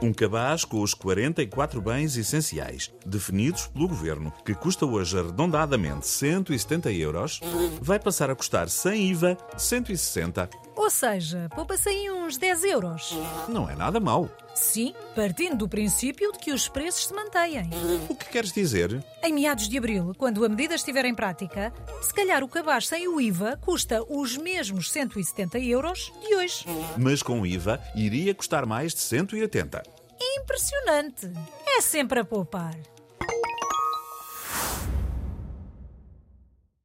Um cabaz com os 44 bens essenciais, definidos pelo governo, que custa hoje arredondadamente 170 euros, vai passar a custar sem IVA 160. Ou seja, poupa-se aí uns 10 euros. Não é nada mau. Sim, partindo do princípio de que os preços se mantêm. O que queres dizer? Em meados de abril, quando a medida estiver em prática, se calhar o cabaz sem o IVA custa os mesmos 170 euros de hoje. Mas com IVA iria custar mais de 180. Impressionante! É sempre a poupar.